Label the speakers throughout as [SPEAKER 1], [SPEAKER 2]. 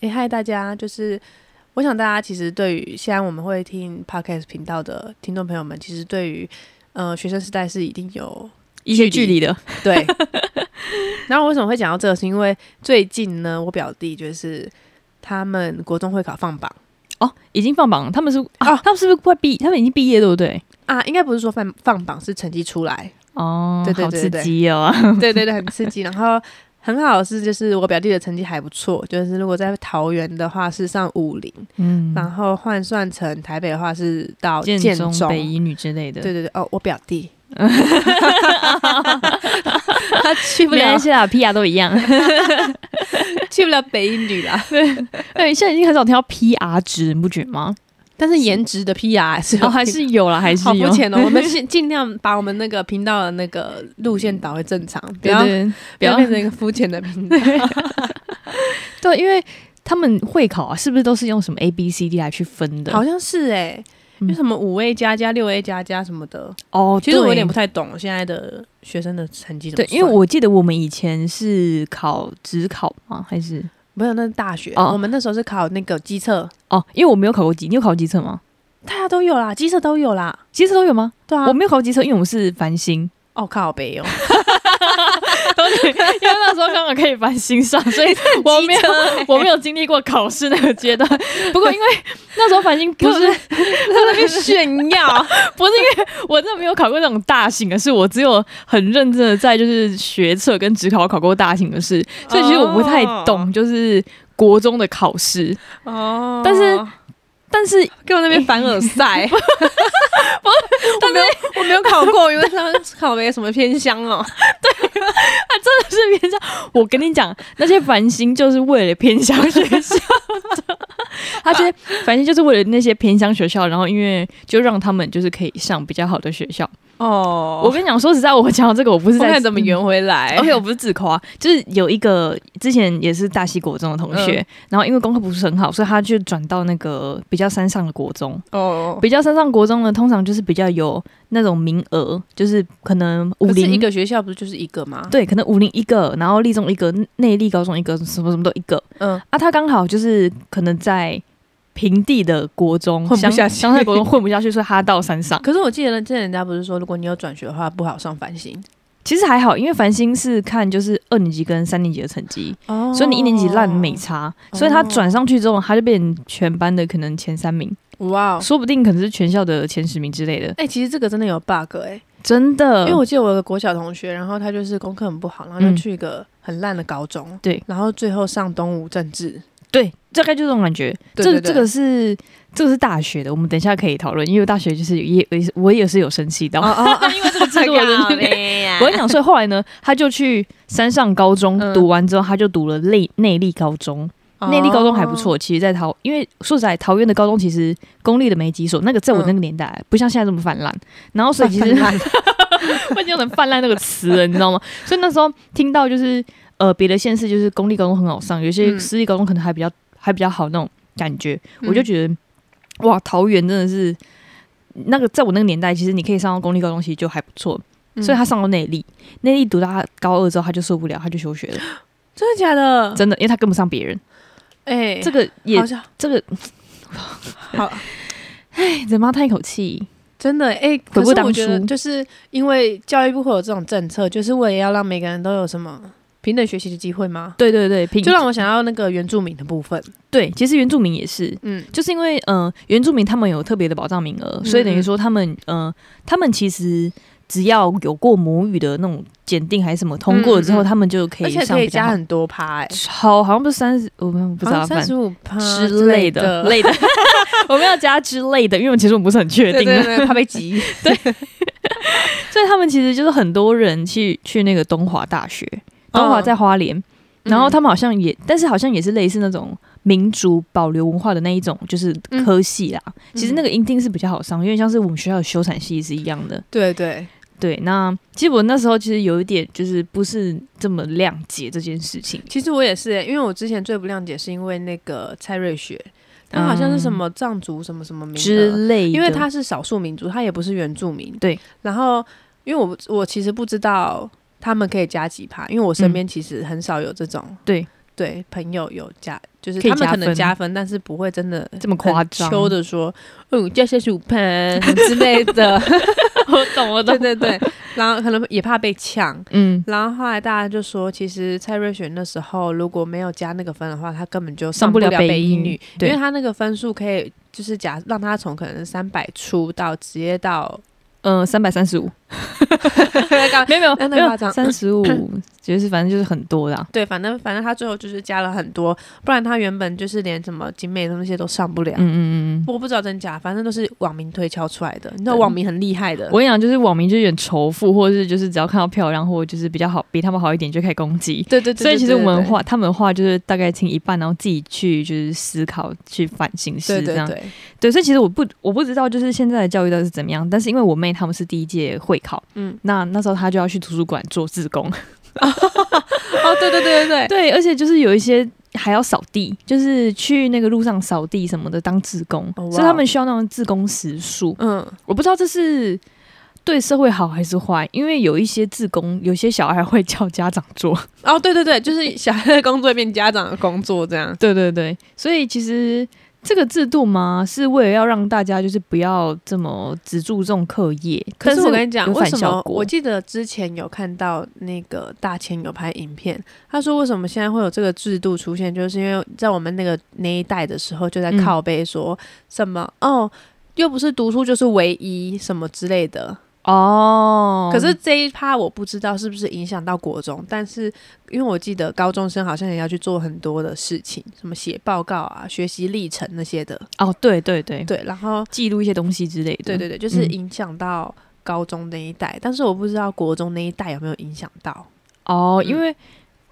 [SPEAKER 1] 诶，嗨，大家！就是我想大家其实对于现在我们会听 podcast 频道的听众朋友们，其实对于呃学生时代是一定有
[SPEAKER 2] 一些距离的，
[SPEAKER 1] 对。然后为什么会讲到这个？是因为最近呢，我表弟就是他们国中会考放榜
[SPEAKER 2] 哦，已经放榜了，他们是啊，
[SPEAKER 1] 哦
[SPEAKER 2] 他们是不是快毕？他们已经毕业对不对？
[SPEAKER 1] 啊，应该不是说放放榜，是成绩出来。
[SPEAKER 2] 哦，
[SPEAKER 1] 对对
[SPEAKER 2] 好
[SPEAKER 1] 对
[SPEAKER 2] 刺
[SPEAKER 1] 对
[SPEAKER 2] 激哦！
[SPEAKER 1] 对对对，很刺激。然后很好的是，就是我表弟的成绩还不错，就是如果在桃园的话是上五零、
[SPEAKER 2] 嗯，
[SPEAKER 1] 然后换算成台北的话是到
[SPEAKER 2] 建
[SPEAKER 1] 建
[SPEAKER 2] 中
[SPEAKER 1] 中、
[SPEAKER 2] 北一女之类的，
[SPEAKER 1] 对对对，哦，我表弟，他去不
[SPEAKER 2] 没
[SPEAKER 1] 了
[SPEAKER 2] 关，系啦，皮啊亚都一 样。
[SPEAKER 1] 去不了北一女 啦。
[SPEAKER 2] 对，现在已经很少听到 PR 值，你不觉得吗？
[SPEAKER 1] 但是颜值的 PR 是有
[SPEAKER 2] 哦，还是有啦，还是
[SPEAKER 1] 好
[SPEAKER 2] 有
[SPEAKER 1] 肤。 浅哦。我们尽尽量把我们那个频道的那个路线导回正常，不
[SPEAKER 2] 对
[SPEAKER 1] 要
[SPEAKER 2] 对，
[SPEAKER 1] 不
[SPEAKER 2] 不要
[SPEAKER 1] 要变成一个肤浅的频 道。
[SPEAKER 2] 对，因为他们会考啊，是不是都是用什么 A B C D 来去分的？
[SPEAKER 1] 好像是哎，
[SPEAKER 2] 嗯
[SPEAKER 1] 有什么五 A 加加、六 A 加加什么的。
[SPEAKER 2] 哦，
[SPEAKER 1] 其实我有
[SPEAKER 2] 对
[SPEAKER 1] 点不太懂现在的学生的成绩怎么
[SPEAKER 2] 对，
[SPEAKER 1] 算。
[SPEAKER 2] 因为我记得我们以前是考职考吗？还是
[SPEAKER 1] 没有那是大学，
[SPEAKER 2] 哦
[SPEAKER 1] 我们那时候是考那个机测，
[SPEAKER 2] 哦？因为我没有考过机，你有考过机测吗？
[SPEAKER 1] 大家都有啦，机测都有啦。
[SPEAKER 2] 机测都有吗？
[SPEAKER 1] 对啊，
[SPEAKER 2] 我没有考过机测，因为我们是繁星，
[SPEAKER 1] 哦靠北哦，
[SPEAKER 2] 因为那时候刚好可以繁星上，所以 我没有
[SPEAKER 1] 机测
[SPEAKER 2] 我没有经历过考试那个阶段。 不过因为那时候繁星不是
[SPEAKER 1] 他那边炫耀，
[SPEAKER 2] 不是因为我真的没有考过那种大型的事，我只有很认真的在就是学测跟职考考过大型的事，所以其实我不太懂就是国中的考试，
[SPEAKER 1] 哦，
[SPEAKER 2] 但是但是
[SPEAKER 1] 给我那边凡尔 赛，不，我没有我没有考过，因为他们考没什么偏乡哦。
[SPEAKER 2] 是偏向。我跟你讲，那些繁星就是为了偏乡学校的，他觉得繁星就是为了那些偏乡学校，然后因为就让他们就是可以上比较好的学校。
[SPEAKER 1] 哦
[SPEAKER 2] 我跟你讲，说实在，我讲到这个，我不是
[SPEAKER 1] 我
[SPEAKER 2] 在哎
[SPEAKER 1] 看怎么圆回来。
[SPEAKER 2] OK，我不是自夸，就是有一个之前也是大溪国中的同学，
[SPEAKER 1] 嗯
[SPEAKER 2] 然后因为功课不是很好，所以他就转到那个比较山上的国中。
[SPEAKER 1] 哦，
[SPEAKER 2] 比较山上国中呢，通常就是比较有那种名额，就是可能五
[SPEAKER 1] 可是
[SPEAKER 2] 零
[SPEAKER 1] 一个学校不是就是一个吗？，
[SPEAKER 2] 对，可能五零一个，然后立中一个，内力高中一个，什么什么都一个
[SPEAKER 1] 嗯，
[SPEAKER 2] 啊。他刚好就是可能在平地的国中，
[SPEAKER 1] 混不
[SPEAKER 2] 乡
[SPEAKER 1] 下去
[SPEAKER 2] 乡下国中混不下去，所以他到山上。
[SPEAKER 1] 可是我记得之前人家不是说，如果你有转学的话，不好上繁星
[SPEAKER 2] 其实还好，因为繁星是看就是二年级跟三年级的成绩，
[SPEAKER 1] 哦
[SPEAKER 2] 所以你一年级烂没差，所以他转上去之后，他就变全班的可能前三名，
[SPEAKER 1] 哇哦。
[SPEAKER 2] 说不定可能是全校的前十名之类的。
[SPEAKER 1] 哎、其实这个真的有 bug 哎、
[SPEAKER 2] 真的，
[SPEAKER 1] 因为我记得我有个国小同学，然后他就是功课很不好，然后就
[SPEAKER 2] 嗯
[SPEAKER 1] 去一个很烂的高中，
[SPEAKER 2] 对
[SPEAKER 1] 然后最后上东吴政治，
[SPEAKER 2] 对大概就这种感觉。
[SPEAKER 1] 对
[SPEAKER 2] 这
[SPEAKER 1] 对
[SPEAKER 2] 个
[SPEAKER 1] 对
[SPEAKER 2] 这个是这个是大学的，我们等一下可以讨论，因为大学就是也也是我也是有生气到。
[SPEAKER 1] 哦哦，因为这个
[SPEAKER 2] 制度的问题我跟你讲，所以后来呢，他就去山上高中
[SPEAKER 1] 啊嗯
[SPEAKER 2] 读完之后，他就读了内内力高中，
[SPEAKER 1] 哦
[SPEAKER 2] 内力高中还不错。其实，在桃，因为说实在，桃园的高中其实公立的没几所，那个在我那个年代、不像现在这么泛滥。然后，所 以其 实我已经有点泛滥那个词了，你知道吗？所以那时候听到就是呃，别的县市就是公立高中很好上，有些
[SPEAKER 1] 嗯
[SPEAKER 2] 私立高中可能还比较还比较好那种感觉，
[SPEAKER 1] 嗯
[SPEAKER 2] 我就觉得哇，桃园真的是。那个在我那个年代，其实你可以上到公立高中，其实就还不错。
[SPEAKER 1] 嗯
[SPEAKER 2] 所以他上到内力，内力读到他高二之后，他就受不了，他就休学了。
[SPEAKER 1] 哦真的假的？
[SPEAKER 2] 真的，因为他跟不上别人。
[SPEAKER 1] 哎、
[SPEAKER 2] 这个也
[SPEAKER 1] 好像
[SPEAKER 2] 这个
[SPEAKER 1] 好，
[SPEAKER 2] 哎怎么要叹一口气？
[SPEAKER 1] 真的哎、
[SPEAKER 2] 悔
[SPEAKER 1] 可
[SPEAKER 2] 不
[SPEAKER 1] 是
[SPEAKER 2] 当
[SPEAKER 1] 我觉得
[SPEAKER 2] 初
[SPEAKER 1] 就是因为教育部会有这种政策，就是为了要让每个人都有什么平等学习的机会吗？
[SPEAKER 2] 对对对，平
[SPEAKER 1] 就让我想要那个原住民的部分，
[SPEAKER 2] 对，其实原住民也是，
[SPEAKER 1] 嗯，
[SPEAKER 2] 就是因为呃，原住民他们有特别的保障名额，所以
[SPEAKER 1] 嗯
[SPEAKER 2] 等于说他们呃，他们其实只要有过母语的那种检定还是什么通过了之
[SPEAKER 1] 嗯
[SPEAKER 2] 后，
[SPEAKER 1] 嗯嗯
[SPEAKER 2] 他们就可
[SPEAKER 1] 而
[SPEAKER 2] 以
[SPEAKER 1] 且
[SPEAKER 2] 上
[SPEAKER 1] 可以
[SPEAKER 2] 比较
[SPEAKER 1] 加
[SPEAKER 2] 好。
[SPEAKER 1] 很多趴哎、
[SPEAKER 2] 好，好像不是三十，我们不知道，
[SPEAKER 1] 三
[SPEAKER 2] 反
[SPEAKER 1] 十
[SPEAKER 2] 正
[SPEAKER 1] 五趴
[SPEAKER 2] 之类的
[SPEAKER 1] 呃的，
[SPEAKER 2] 类的， 我们要加之类的，因为我们其实我们不是很确
[SPEAKER 1] 对
[SPEAKER 2] 定
[SPEAKER 1] 对
[SPEAKER 2] 的，
[SPEAKER 1] 对，怕被挤。
[SPEAKER 2] 所以他们其实就是很多人去去那个东华大学，东华
[SPEAKER 1] 嗯
[SPEAKER 2] 在花莲，然后他们好像也，但是好像也是类似那种民族保留文化的那一种，就是科
[SPEAKER 1] 嗯
[SPEAKER 2] 系啦。其实那个一定是比较好上，因为像是我们学校的修产系是一样的。
[SPEAKER 1] 对对，
[SPEAKER 2] 对，那其实我那时候其实有一点就是不是这么谅解这件事情。
[SPEAKER 1] 其实我也是、欸，因为我之前最不谅解是因为那个蔡瑞雪，他好像
[SPEAKER 2] 嗯
[SPEAKER 1] 是什么藏族什么什么名的
[SPEAKER 2] 之类的，
[SPEAKER 1] 因为他是少数民族，他也不是原住民。
[SPEAKER 2] 对，
[SPEAKER 1] 然后因为我我其实不知道他们可以加几趴，因为我身边其实很少有这种、
[SPEAKER 2] 嗯对
[SPEAKER 1] 对朋友有加就是
[SPEAKER 2] 可以
[SPEAKER 1] 他们
[SPEAKER 2] 加
[SPEAKER 1] 可能
[SPEAKER 2] 分
[SPEAKER 1] 加分，但是不会真的
[SPEAKER 2] 这么夸张。
[SPEAKER 1] 秋的说，嗯，加下去五盘之类的，
[SPEAKER 2] 我懂，我
[SPEAKER 1] 对对对，然后可能也怕被呛。
[SPEAKER 2] 嗯，
[SPEAKER 1] 然后后来大家就说，其实蔡瑞雪那时候如果没有加那个分的话，她根本就
[SPEAKER 2] 上
[SPEAKER 1] 不
[SPEAKER 2] 不了北
[SPEAKER 1] 北
[SPEAKER 2] 一
[SPEAKER 1] 女
[SPEAKER 2] 女，对
[SPEAKER 1] 因为她那个分数可以就是假让她从可能三百出到直接 到，
[SPEAKER 2] 呃，三百三十五， 没有没
[SPEAKER 1] 那
[SPEAKER 2] 有
[SPEAKER 1] 那
[SPEAKER 2] 没有
[SPEAKER 1] 夸，张
[SPEAKER 2] 三 十五，就是反正就是很多啦。
[SPEAKER 1] 对，反正反正她最后就是加了很多，不然她原本就是连什么景美的那些都上不了。
[SPEAKER 2] 嗯嗯嗯
[SPEAKER 1] 我不知道真假，反正都是网民推敲出来的。你知道
[SPEAKER 2] 对
[SPEAKER 1] 网民很厉害的
[SPEAKER 2] 嗯，，我跟你讲，就是网民就是有点仇富，或者是就是只要看到漂亮或者就是比较好比他们好一点就开始攻击。
[SPEAKER 1] 对对对对
[SPEAKER 2] 所以其实
[SPEAKER 1] 对
[SPEAKER 2] 我
[SPEAKER 1] 对
[SPEAKER 2] 们话，他们的话就是大概听一半，然后自己去就是思考、去反省
[SPEAKER 1] 对
[SPEAKER 2] 是这
[SPEAKER 1] 对
[SPEAKER 2] 样。
[SPEAKER 1] 对，
[SPEAKER 2] 对，所以其实我不我不知道就是现在的教育到底是怎么样，但是因为我妹他们是第一届会考，
[SPEAKER 1] 嗯，
[SPEAKER 2] 那那时候她就要去图书馆做志工，
[SPEAKER 1] 哦，对对对对对，
[SPEAKER 2] 对，而且就是有一些还要扫地，就是去那个路上扫地什么的当志工，
[SPEAKER 1] 哦哇
[SPEAKER 2] 所以他们需要那种志工时数。
[SPEAKER 1] 嗯，
[SPEAKER 2] 我不知道这是对社会好还是坏，因为有一些志工，有些小孩会叫家长做。
[SPEAKER 1] 哦，对对对，就是小孩的工作变家长的工作这样。
[SPEAKER 2] 对对对，所以其实这个制度嘛，是为了要让大家就是不要这么只注重课业。
[SPEAKER 1] 可
[SPEAKER 2] 但
[SPEAKER 1] 是我跟你讲，
[SPEAKER 2] 有
[SPEAKER 1] 为
[SPEAKER 2] 反
[SPEAKER 1] 什
[SPEAKER 2] 效
[SPEAKER 1] 么？
[SPEAKER 2] 果
[SPEAKER 1] 我记得之前有看到那个大千有拍影片，他说为什么现在会有这个制度出现，就是因为在我们那个那一代的时候，就在
[SPEAKER 2] 嗯
[SPEAKER 1] 靠背说什么、哦，又不是读书就是唯一什么之类的。
[SPEAKER 2] 哦，
[SPEAKER 1] 可是这一趴我不知道是不是影响到国中，但是因为我记得高中生好像也要去做很多的事情，什么写报告啊、学习历程那些的。
[SPEAKER 2] 哦，对对对，
[SPEAKER 1] 对，然后
[SPEAKER 2] 记录一些东西之类的。
[SPEAKER 1] 对对对，就是
[SPEAKER 2] 嗯
[SPEAKER 1] 影响到高中那一代，但是我不知道国中那一代有没有影响到。
[SPEAKER 2] 哦，
[SPEAKER 1] 嗯
[SPEAKER 2] 因为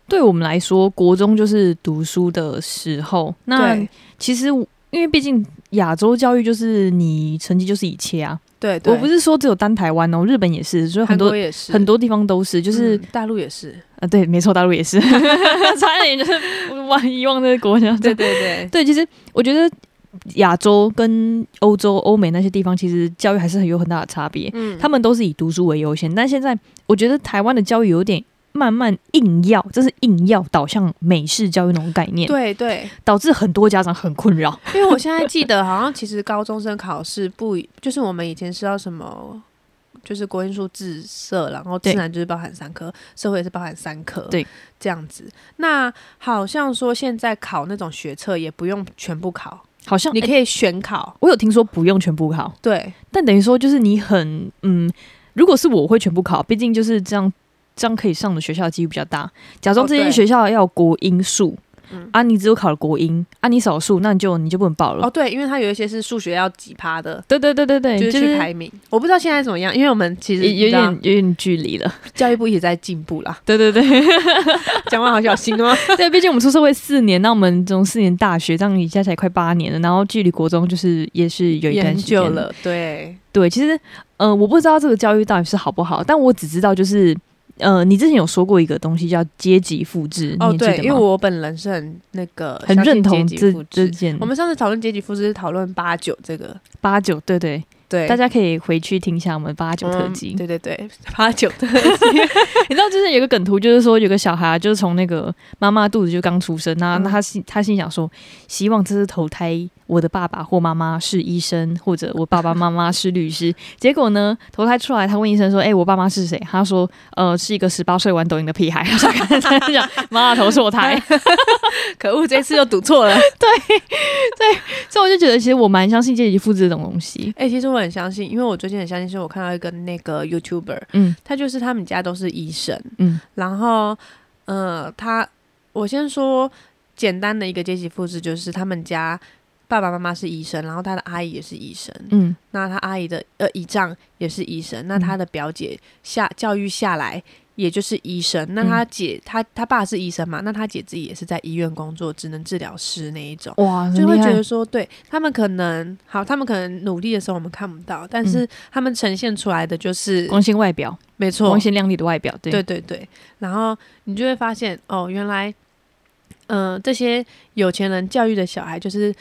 [SPEAKER 2] 对我们来说，国中就是读书的时候。那
[SPEAKER 1] 对
[SPEAKER 2] 其实我，因为毕竟亚洲教育就是你成绩就是一切啊。
[SPEAKER 1] 对对，
[SPEAKER 2] 我不
[SPEAKER 1] 是
[SPEAKER 2] 是说只有单台湾哦，日本也是，所以很
[SPEAKER 1] 韩国
[SPEAKER 2] 多
[SPEAKER 1] 也是，
[SPEAKER 2] 很多地方都是，就是、
[SPEAKER 1] 嗯大陆也是，
[SPEAKER 2] 呃，对，没错，大陆 也是，差点就是忘遗忘这个国家。
[SPEAKER 1] 对对对，
[SPEAKER 2] 对，其实我觉得亚洲跟欧洲、欧美那些地方，其实教育还是很有很大的差别。
[SPEAKER 1] 嗯
[SPEAKER 2] 他们都是以读书为优先，但现在我觉得台湾的教育有点慢慢硬要，这是硬要导向美式教育那种概念，
[SPEAKER 1] 对对，
[SPEAKER 2] 导致很多家长很困扰。
[SPEAKER 1] 因为我现在记得好像其实高中生考试不一，就是我们以前是要什么。就是国英数自社，然后自
[SPEAKER 2] 对
[SPEAKER 1] 然就是包含三科，社会也是包含三科，
[SPEAKER 2] 对，
[SPEAKER 1] 这样子。那好像说现在考那种学测也不用全部考，
[SPEAKER 2] 好像
[SPEAKER 1] 你
[SPEAKER 2] 诶
[SPEAKER 1] 可以选考，
[SPEAKER 2] 我有听说不用全部考，
[SPEAKER 1] 对，
[SPEAKER 2] 但等于说就是你很嗯，如果是我会全部考，毕竟就是这样。这样可以上的学校的几率比较大。假装
[SPEAKER 1] 哦
[SPEAKER 2] 这些
[SPEAKER 1] 对
[SPEAKER 2] 学校要有国英数、
[SPEAKER 1] 嗯
[SPEAKER 2] 啊，你只有考了国英啊，你少数那你就你就不能报了。
[SPEAKER 1] 哦，对，因为它有一些是数学要几趴的，
[SPEAKER 2] 对对对对对，
[SPEAKER 1] 就是
[SPEAKER 2] 就
[SPEAKER 1] 去
[SPEAKER 2] 是
[SPEAKER 1] 排名。我不知道现在怎么样，因为我们其
[SPEAKER 2] 有
[SPEAKER 1] 实
[SPEAKER 2] 有
[SPEAKER 1] 你知道
[SPEAKER 2] 点有点距离了。
[SPEAKER 1] 教育部一直在进步啦。
[SPEAKER 2] 对对对，
[SPEAKER 1] 讲话好小心哦。
[SPEAKER 2] 对，毕竟我们出社会四年，那我们从四年大学这样一加起来快八年了，然后距离国中就是也是 有一
[SPEAKER 1] 研
[SPEAKER 2] 段时间
[SPEAKER 1] 究。了，对，
[SPEAKER 2] 对，其实呃，我不知道这个教育到底是好不好，但我只知道就是呃，你之前有说过一个东西叫阶级复制，
[SPEAKER 1] 哦
[SPEAKER 2] 你记得
[SPEAKER 1] 对，
[SPEAKER 2] 吗
[SPEAKER 1] 因为我本人是很那个
[SPEAKER 2] 很
[SPEAKER 1] 相信
[SPEAKER 2] 认同嗯
[SPEAKER 1] 阶级
[SPEAKER 2] 这
[SPEAKER 1] 复
[SPEAKER 2] 这
[SPEAKER 1] 制。
[SPEAKER 2] 件
[SPEAKER 1] 我们上次讨论阶级复制是讨论八九这个，
[SPEAKER 2] 八九，对对，
[SPEAKER 1] 对，
[SPEAKER 2] 大家可以回去听一下我们八九特
[SPEAKER 1] 哎嗯
[SPEAKER 2] 辑。
[SPEAKER 1] 对对对， 八九特辑，
[SPEAKER 2] 你知道之前有个梗图，就是说有个小孩啊就是从那个妈妈肚子就刚出生，那
[SPEAKER 1] 嗯
[SPEAKER 2] 那他心他心想说，希望这次投胎我的爸爸或妈妈是医生，或者我爸爸妈妈是律师。结果呢，投胎出来，他问医生说：“哎、我爸妈是谁？”他说：“呃，是一个十八岁玩抖音的屁孩。” 他讲妈妈投错胎，
[SPEAKER 1] 可恶，这次又读 错了。
[SPEAKER 2] 所以我就觉得其实我蛮相信阶级复制这种东西。
[SPEAKER 1] 哎，其实我很相信，因为我最近很相信，是我看到一个那个 YouTuber，
[SPEAKER 2] 嗯
[SPEAKER 1] 他就是他们家都是医生，
[SPEAKER 2] 嗯，
[SPEAKER 1] 然后，呃，他，我先说简单的一个阶级复制，就是他们家爸爸妈妈是医生，然后他的阿姨也是医生，
[SPEAKER 2] 嗯，
[SPEAKER 1] 那他阿姨的呃姨丈也是医生，那
[SPEAKER 2] 嗯
[SPEAKER 1] 他的表姐下教育下来也就是医生，那
[SPEAKER 2] 嗯
[SPEAKER 1] 他姐、他他爸是医生嘛，那他姐自己也是在医院工作，职能治疗师那一种。
[SPEAKER 2] 哇，哦很
[SPEAKER 1] 就会
[SPEAKER 2] 厉
[SPEAKER 1] 觉
[SPEAKER 2] 害
[SPEAKER 1] 得说，对他们可能好，他们可能努力的时候我们看不到，
[SPEAKER 2] 嗯
[SPEAKER 1] 但是他们呈现出来的就是，
[SPEAKER 2] 光鲜外表，
[SPEAKER 1] 没错，
[SPEAKER 2] 光鲜亮丽的外表，对
[SPEAKER 1] 对对对，然后你就会发现哦，原来，嗯、这些有钱人教育的小孩，就是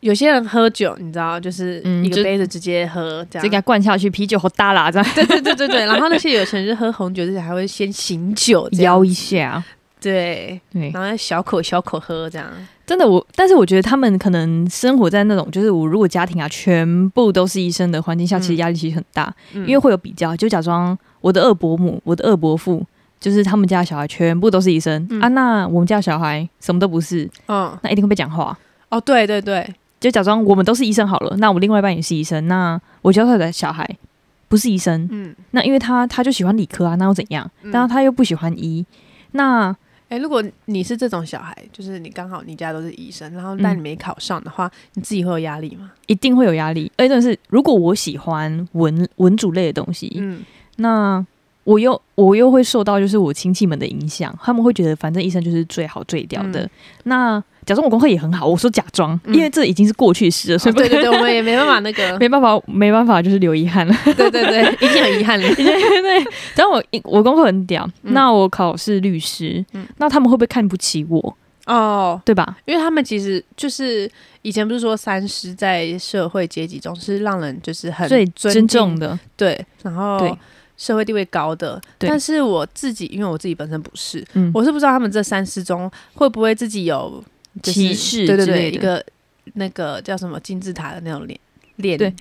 [SPEAKER 1] 有些人喝酒，你知道，就是
[SPEAKER 2] 嗯
[SPEAKER 1] 一个
[SPEAKER 2] 就
[SPEAKER 1] 杯子直接喝这
[SPEAKER 2] 直接给
[SPEAKER 1] 样。
[SPEAKER 2] 他灌下去，啤酒好大啦，这样
[SPEAKER 1] 对对对对对，然后那些有钱人就喝红酒之前还会先醒酒，这样
[SPEAKER 2] 摇一下，
[SPEAKER 1] 对，
[SPEAKER 2] 对。
[SPEAKER 1] 然后小口小口喝这样。
[SPEAKER 2] 真的我，但是我觉得他们可能生活在那种就是我如果家庭啊全部都是医生的环境下，其实压力其实很大，
[SPEAKER 1] 因
[SPEAKER 2] 因为会有比较。就假装我的二伯母、我的二伯父，就是他们家小孩全部都是医生、
[SPEAKER 1] 嗯
[SPEAKER 2] 啊，那我们家小孩什么都不是，
[SPEAKER 1] 嗯
[SPEAKER 2] 那一定会被讲话。
[SPEAKER 1] 哦，对对对，
[SPEAKER 2] 就假装我们都是医生好了，那我另外一半也是医生，那我教出来的小孩不是医生，
[SPEAKER 1] 嗯，
[SPEAKER 2] 那因为他他就喜欢理科啊，那又怎样？
[SPEAKER 1] 嗯
[SPEAKER 2] 但他又不喜欢医，那
[SPEAKER 1] 哎、如果你是这种小孩，就是你刚好你家都是医生，然后但
[SPEAKER 2] 嗯
[SPEAKER 1] 你没考上的话，你自己会有压力吗？
[SPEAKER 2] 一定会有压力。而且真的是，如果我喜欢文文主类的东西，
[SPEAKER 1] 嗯，
[SPEAKER 2] 那我又我又会受到就是我亲戚们的影响，他们会觉得反正医生就是最好最屌的。
[SPEAKER 1] 嗯
[SPEAKER 2] 那假装我功课也很好，我说假装，
[SPEAKER 1] 嗯
[SPEAKER 2] 因为这已 经是过去式了，所
[SPEAKER 1] 哦
[SPEAKER 2] 以不，
[SPEAKER 1] 对对对，我们也没办法那个
[SPEAKER 2] 没办法没办法就是留遗憾了。
[SPEAKER 1] 对对 对，已经很遗憾了。
[SPEAKER 2] 对，然后我我功课很屌，
[SPEAKER 1] 嗯
[SPEAKER 2] 那我考试律师，
[SPEAKER 1] 嗯
[SPEAKER 2] 那他们会不会看不起我？
[SPEAKER 1] 哦，
[SPEAKER 2] 对吧？
[SPEAKER 1] 因为他们其实就是以前不是说三师在社会阶级中是让人就是很
[SPEAKER 2] 最
[SPEAKER 1] 尊敬
[SPEAKER 2] 尊重的，
[SPEAKER 1] 对，然后
[SPEAKER 2] 对
[SPEAKER 1] 社会地位高的。
[SPEAKER 2] 对
[SPEAKER 1] 但是我自己，因为我自己本身不是，
[SPEAKER 2] 嗯
[SPEAKER 1] 我是不知道他们这三师中会不会自己有、就是
[SPEAKER 2] 歧视
[SPEAKER 1] 对对
[SPEAKER 2] 之
[SPEAKER 1] 对，
[SPEAKER 2] 类的
[SPEAKER 1] 一个那个叫什么金字塔的那种脸脸，
[SPEAKER 2] 对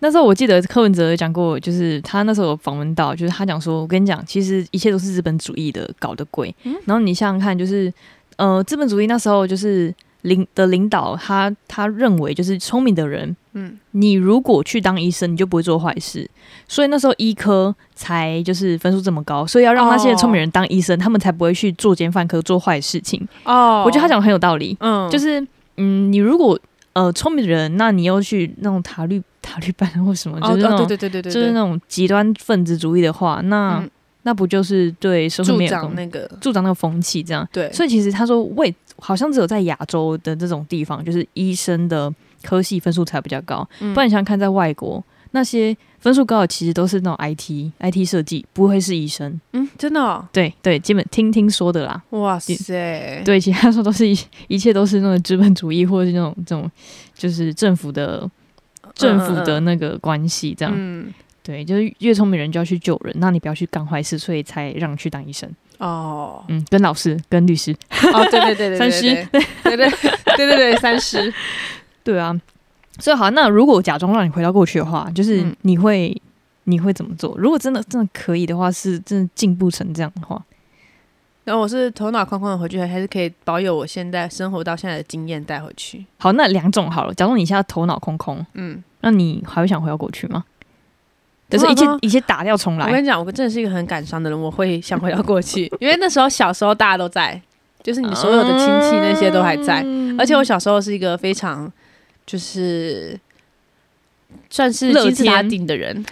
[SPEAKER 2] 那时候我记得柯文哲讲过，就是他那时候有访问到，就是他讲说，我跟你讲，其实一切都是资本主义的搞的鬼。
[SPEAKER 1] 嗯
[SPEAKER 2] 然后你想想看，就是呃，资本主义那时候就是领的领导他他认为就是聪明的人，
[SPEAKER 1] 嗯
[SPEAKER 2] 你如果去当医生，你就不会做坏事。所以那时候医科才就是分数这么高，所以要让那些聪明人当医生，他们才不会去作奸犯科做坏事情。
[SPEAKER 1] 哦
[SPEAKER 2] 我觉得他，讲得很有道理。
[SPEAKER 1] 嗯，
[SPEAKER 2] 就是嗯，你如果呃聪明的人，那你又去那种塔利塔利班或什么，
[SPEAKER 1] 哦
[SPEAKER 2] 就是那
[SPEAKER 1] 哦，
[SPEAKER 2] 种、
[SPEAKER 1] 对对对对对，
[SPEAKER 2] 就是那种极端分子主义的话，那、
[SPEAKER 1] 嗯
[SPEAKER 2] 那不就是对社会
[SPEAKER 1] 助
[SPEAKER 2] 没有
[SPEAKER 1] 长
[SPEAKER 2] 贡
[SPEAKER 1] 那个
[SPEAKER 2] 助长那个风气这样？
[SPEAKER 1] 对，
[SPEAKER 2] 所以其实他说，为好像只有在亚洲的这种地方，就是医生的科系分数才比较高。
[SPEAKER 1] 嗯
[SPEAKER 2] 不然你想想看，在外国那些分数高的，其实都是那种 IT IT 设计，不会是医生。
[SPEAKER 1] 嗯，真的哦，
[SPEAKER 2] 对对，基本听听说的啦。
[SPEAKER 1] 哇塞，
[SPEAKER 2] 对，其他说都是一一切都是那种资本主义，或者是那种这种就是政府的政府的那个关系，这样、
[SPEAKER 1] 嗯，
[SPEAKER 2] 对，就是越聪明人就要去救人，那你不要去干坏事，所以才让你去当医生，
[SPEAKER 1] 哦，
[SPEAKER 2] 嗯，跟老师跟律师，
[SPEAKER 1] 哦，对对对对，对
[SPEAKER 2] 三师，
[SPEAKER 1] 对对对对对对，三师，
[SPEAKER 2] 对啊，所以好，那如果假装让你回到过去的话，就是
[SPEAKER 1] 嗯
[SPEAKER 2] 你会、你会怎么做？如果真的真的可以的话，是真的进步成这样的话，
[SPEAKER 1] 然后我是头脑空空的回去，还是可以保有我现在生活到现在的经验带回去。
[SPEAKER 2] 好，那两种好了，假如你现在头脑空空，
[SPEAKER 1] 嗯，
[SPEAKER 2] 那你还会想回到过去吗？就
[SPEAKER 1] 头
[SPEAKER 2] 是
[SPEAKER 1] 脑
[SPEAKER 2] 一切
[SPEAKER 1] 空空
[SPEAKER 2] 一切打掉重来
[SPEAKER 1] 我，跟你讲，我真的是一个很感伤的人，我会 想回到过去，因为那时候小时候大家都在，就是你所有的亲戚那些都还在，
[SPEAKER 2] 嗯
[SPEAKER 1] 而且我小时候是一个非常就是算是
[SPEAKER 2] 乐
[SPEAKER 1] 金字塔
[SPEAKER 2] 天
[SPEAKER 1] 顶的人。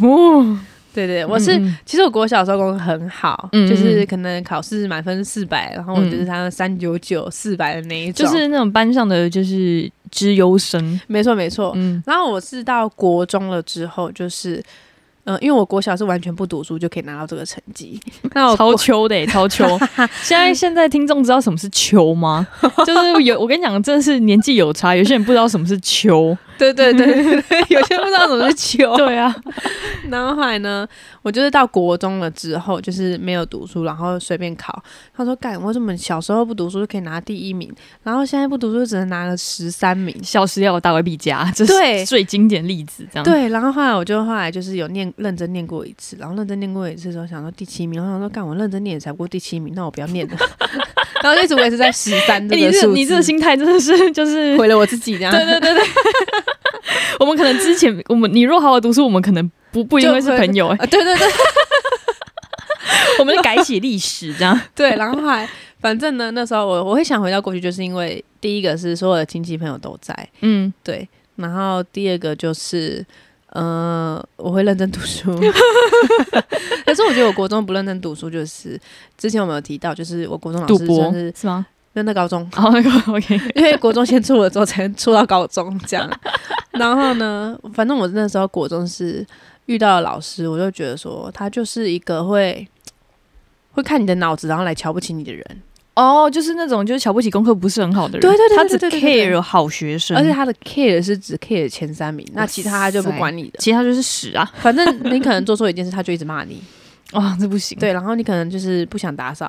[SPEAKER 2] 哦，
[SPEAKER 1] 对对，我是、
[SPEAKER 2] 嗯嗯
[SPEAKER 1] 其实我国小的时候功课很好，
[SPEAKER 2] 嗯
[SPEAKER 1] 就是
[SPEAKER 2] 嗯
[SPEAKER 1] 可能考试满分四百，然后我就是他们三九九四百的那一
[SPEAKER 2] 就
[SPEAKER 1] 种，
[SPEAKER 2] 是那种班上的就是之优生，
[SPEAKER 1] 没错没错。
[SPEAKER 2] 嗯，
[SPEAKER 1] 然后我是到国中了之后，就是，嗯、因为我国小是完全不读书就可以拿到这个成绩，那我
[SPEAKER 2] 超
[SPEAKER 1] 国
[SPEAKER 2] 秋的、欸，超 秋。现在现在听众知道什么是秋 吗？就是有我跟你讲，真的是年纪有差，有些人不知道什么是秋。
[SPEAKER 1] 对对对对对， 有些不知道怎么是球。
[SPEAKER 2] 对啊，
[SPEAKER 1] 然后后来呢，我就是到国中了之后，就是没有读书，然后随便考。他说：“干，为什么小时候不读书就可以拿第一名，然后现在不读书就只能拿个十三名？”
[SPEAKER 2] 小时要有大未必佳，这
[SPEAKER 1] 对
[SPEAKER 2] 是最经典例子。这样，
[SPEAKER 1] 对，然后后来我就后来就是有念认真念过一次，然后认真念过一次的时候，想说第七名，然后想说干我认真念也才不过第七名，那我不要念 了。然后一直我也是在十三这
[SPEAKER 2] 欸你
[SPEAKER 1] 个
[SPEAKER 2] 这
[SPEAKER 1] 数字，
[SPEAKER 2] 你这个心态真的是 就是，
[SPEAKER 1] 毁了我自己这样。
[SPEAKER 2] 对对对对。我们可能之前我们你若好好读书，我们可能不不一定会是朋友、欸，
[SPEAKER 1] 啊，对对对
[SPEAKER 2] 我们改写历史这样。
[SPEAKER 1] 对，然后后来反正呢，那时候我我会想回到过去，就是因为第一个是所有的亲戚朋友都在，
[SPEAKER 2] 嗯，
[SPEAKER 1] 对，然后第二个就是。呃，我会认真读书， 可是我觉得我国中不认真读书，就是之前我们有提到，就是我国中老
[SPEAKER 2] 赌
[SPEAKER 1] 师
[SPEAKER 2] 博
[SPEAKER 1] 算是
[SPEAKER 2] 哦是吗？
[SPEAKER 1] 认到高中，
[SPEAKER 2] 哦，那个 OK，
[SPEAKER 1] 因为国中先出了之后才能出到高中这 样。然后呢，反正我那时候国中是遇到的老师，我就觉得说他就是一个会会看你的脑子，然后来瞧不起你的人，
[SPEAKER 2] 哦，就是那种就是瞧不起功课不是很好的人，
[SPEAKER 1] 对对对
[SPEAKER 2] 他
[SPEAKER 1] 对
[SPEAKER 2] 只
[SPEAKER 1] 对对对
[SPEAKER 2] care 好学生，
[SPEAKER 1] 而且他的 care 是只 care 前三名，那其他他就不管你的。
[SPEAKER 2] 其他就是屎啊，哦
[SPEAKER 1] 反正你可能做错一件事，他就一直骂你，
[SPEAKER 2] 哇，这不行，
[SPEAKER 1] 对，然后你可能就是不想打扫，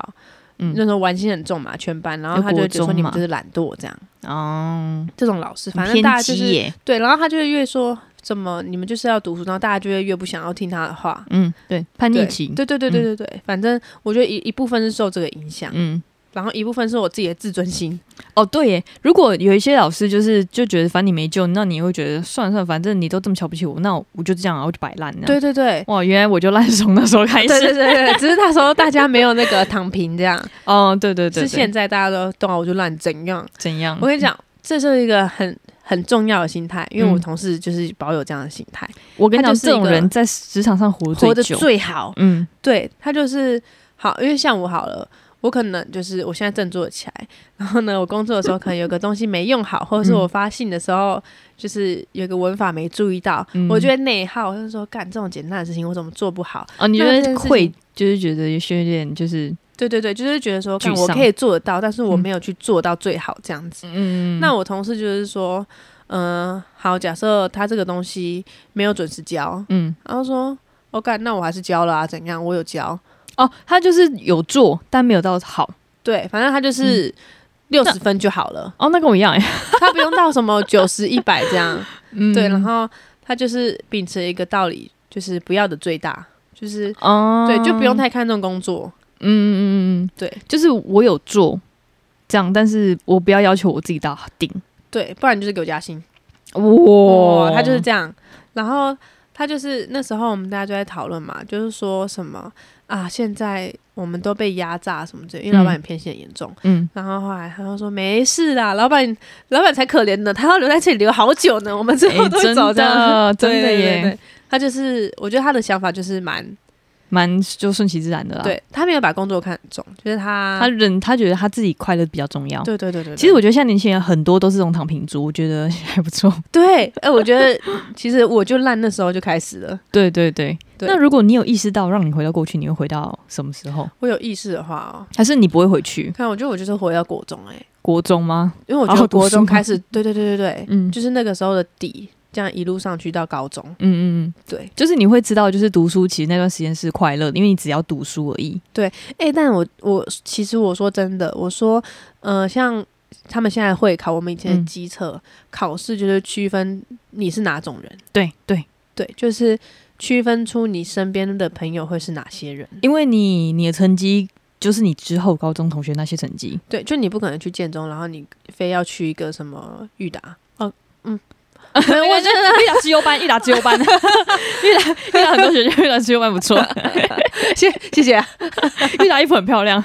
[SPEAKER 2] 嗯
[SPEAKER 1] 那时候玩心很重嘛，全班，然后他就觉得说你们就是懒惰这样，
[SPEAKER 2] 哦，
[SPEAKER 1] 这种老师，反正
[SPEAKER 2] 偏
[SPEAKER 1] 大家就
[SPEAKER 2] 激
[SPEAKER 1] 是
[SPEAKER 2] 耶，
[SPEAKER 1] 对，然后他就会越说怎么你们就是要读书，然后大家就会越不想要听他的话，
[SPEAKER 2] 嗯，对，叛逆
[SPEAKER 1] 对
[SPEAKER 2] 期，
[SPEAKER 1] 对对对对对对，反正我觉得一一部分是受这个影响，
[SPEAKER 2] 嗯，
[SPEAKER 1] 然后一部分是我自己的自尊心，
[SPEAKER 2] 哦，对耶，如果有一些老师就是就觉得反正你没救，那你会觉得算了算了，反正你都这么瞧不起我，那我就这样啊，我就摆烂这样。
[SPEAKER 1] 对对对。
[SPEAKER 2] 哇，原来我就烂从那时候开始。
[SPEAKER 1] 对对对对，只是那时候大家没有那个躺平这样，
[SPEAKER 2] 哦，对对对，嗯
[SPEAKER 1] 是现在大家都动啊我就烂怎样？
[SPEAKER 2] 怎样？
[SPEAKER 1] 我跟你讲，这就是一个很很重要的心态，因为我
[SPEAKER 2] 嗯
[SPEAKER 1] 同事就是保有这样的心态，
[SPEAKER 2] 我跟你
[SPEAKER 1] 他
[SPEAKER 2] 讲，
[SPEAKER 1] 就是
[SPEAKER 2] 这种
[SPEAKER 1] 一个
[SPEAKER 2] 人在职场上活
[SPEAKER 1] 活
[SPEAKER 2] 得
[SPEAKER 1] 得
[SPEAKER 2] 久。
[SPEAKER 1] 最好。
[SPEAKER 2] 嗯
[SPEAKER 1] 对他就是好，因为像我好了。我可能就是我现在振作起来，然后呢，我工作的时候可能有个东西没用好，或者是我发信的时候就是有个文法没注意到，
[SPEAKER 2] 嗯
[SPEAKER 1] 我就会内耗，就是说干这种简单的事情我怎么做不好？
[SPEAKER 2] 哦，你觉
[SPEAKER 1] 那这件
[SPEAKER 2] 得
[SPEAKER 1] 事情
[SPEAKER 2] 愧就是觉得有些有点就是
[SPEAKER 1] 对对对，就是觉得说干
[SPEAKER 2] 沮
[SPEAKER 1] 我
[SPEAKER 2] 丧
[SPEAKER 1] 可以做得到，但是我
[SPEAKER 2] 嗯
[SPEAKER 1] 没有去做到最好这样子。
[SPEAKER 2] 嗯，
[SPEAKER 1] 那我同事就是说，嗯、好，假设他这个东西没有准时交，
[SPEAKER 2] 嗯
[SPEAKER 1] 然后说，我、干，那我还是交了啊，怎样？我有交，
[SPEAKER 2] 哦，他就是有做，但没有到好。
[SPEAKER 1] 对，反正他
[SPEAKER 2] 嗯
[SPEAKER 1] 就是六十分就好 了，
[SPEAKER 2] 哦，那跟我一样哎。
[SPEAKER 1] 他不用到什么九十、一百这样，
[SPEAKER 2] 嗯
[SPEAKER 1] 对，然后他就是秉持一个道理，就是不要的最大，就是。
[SPEAKER 2] 哦，
[SPEAKER 1] 对，就不用太看重工作。
[SPEAKER 2] 嗯嗯嗯嗯嗯，
[SPEAKER 1] 对
[SPEAKER 2] 就是我有做这样，但是我不要要求我自己到顶。
[SPEAKER 1] 对，不然就是给我加薪。
[SPEAKER 2] 哇
[SPEAKER 1] 哦，他就是这样。然后他就是那时候我们大家就在讨论嘛，就是说什么啊，现在我们都被压榨什么之类，因为老板也偏心很严重。
[SPEAKER 2] 嗯，
[SPEAKER 1] 然后后来他就说没事啦，老板老板才可怜呢，他要留在这里留好久呢，我们最后
[SPEAKER 2] 诶
[SPEAKER 1] 都会走
[SPEAKER 2] 哎 真的
[SPEAKER 1] 这样
[SPEAKER 2] 真的
[SPEAKER 1] 对对对
[SPEAKER 2] 耶
[SPEAKER 1] 对他就是，我觉得他的想法就是蛮，
[SPEAKER 2] 蛮就顺其自然的啦。，
[SPEAKER 1] 对他没有把工作看得重，就是他，
[SPEAKER 2] 他人他觉得他自己快乐比较重要。
[SPEAKER 1] 对对对对对，
[SPEAKER 2] 其实我觉得现在年轻人很多都是这种躺平族，我觉得还不错。
[SPEAKER 1] 对，哎，我觉得 其实我就烂那时候就开始了，
[SPEAKER 2] 对对对。
[SPEAKER 1] 对
[SPEAKER 2] 那如果你有意识到让你回到过去，你会回到什么时候？
[SPEAKER 1] 我有意识的话哦，
[SPEAKER 2] 还是你不会回去
[SPEAKER 1] 看我觉得我就是活到国中哎、
[SPEAKER 2] 国中吗？
[SPEAKER 1] 因为我觉
[SPEAKER 2] 好
[SPEAKER 1] 得
[SPEAKER 2] 好哦读
[SPEAKER 1] 国
[SPEAKER 2] 书
[SPEAKER 1] 中
[SPEAKER 2] 吗
[SPEAKER 1] 开始，对对对对对，
[SPEAKER 2] 嗯
[SPEAKER 1] 就是那个时候的底，这样一路上去到高中，
[SPEAKER 2] 嗯嗯嗯，
[SPEAKER 1] 对
[SPEAKER 2] 就是你会知道，就是读书其实那段时间是快乐的，因为你只要读书而已。
[SPEAKER 1] 哎、但我我其实我说真的，我说，呃，像他们现在会考，我们以前
[SPEAKER 2] 嗯
[SPEAKER 1] 的机测、考试就是区分你是哪种人，
[SPEAKER 2] 对对，
[SPEAKER 1] 对，就是区分出你身边的朋友会是哪些人，
[SPEAKER 2] 因为你你的成绩就是你之后高中同学那些成绩。
[SPEAKER 1] 对，就你不可能去建中，然后你非要去一个什么裕达，哦，嗯， 我觉
[SPEAKER 2] 我
[SPEAKER 1] 得
[SPEAKER 2] 觉得玉达自优班，玉达自优 班，玉达玉达很多学校玉达自优班不 错，
[SPEAKER 1] 谢谢 谢啊，
[SPEAKER 2] 玉达衣服很漂亮。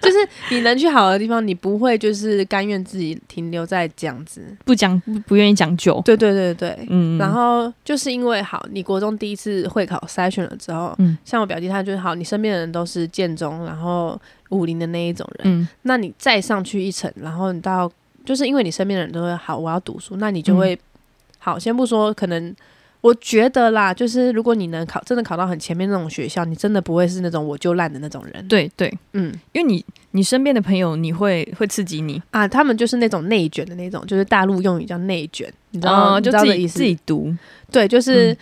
[SPEAKER 1] 就是你能去好的地方，你不会就是甘愿自己停留在这样子。
[SPEAKER 2] 不讲不不愿意讲究。
[SPEAKER 1] 对对对对，
[SPEAKER 2] 嗯，
[SPEAKER 1] 然后就是因为好，你国中第一次会考筛选了之后，
[SPEAKER 2] 嗯
[SPEAKER 1] 像我表弟他就是好，你身边的人都是建中，然后武林的那一种人，
[SPEAKER 2] 嗯
[SPEAKER 1] 那你再上去一层，然后你到就是因为你身边的人都会好，我要读书，那你就
[SPEAKER 2] 嗯
[SPEAKER 1] 会、好，先不说可能。我觉得啦，就是如果你能考，真的考到很前面那种学校，你真的不会是那种我就烂的那种人。，
[SPEAKER 2] 对对，
[SPEAKER 1] 嗯
[SPEAKER 2] 因为你你身边的朋友，你会会刺激你，
[SPEAKER 1] 啊，他们就是那种内卷的那种，就是大陆用语叫内卷，你知道、
[SPEAKER 2] 哦
[SPEAKER 1] 你
[SPEAKER 2] 就
[SPEAKER 1] 知道
[SPEAKER 2] 自
[SPEAKER 1] 的
[SPEAKER 2] 己
[SPEAKER 1] 意思
[SPEAKER 2] 自己读，
[SPEAKER 1] 对，就是
[SPEAKER 2] 嗯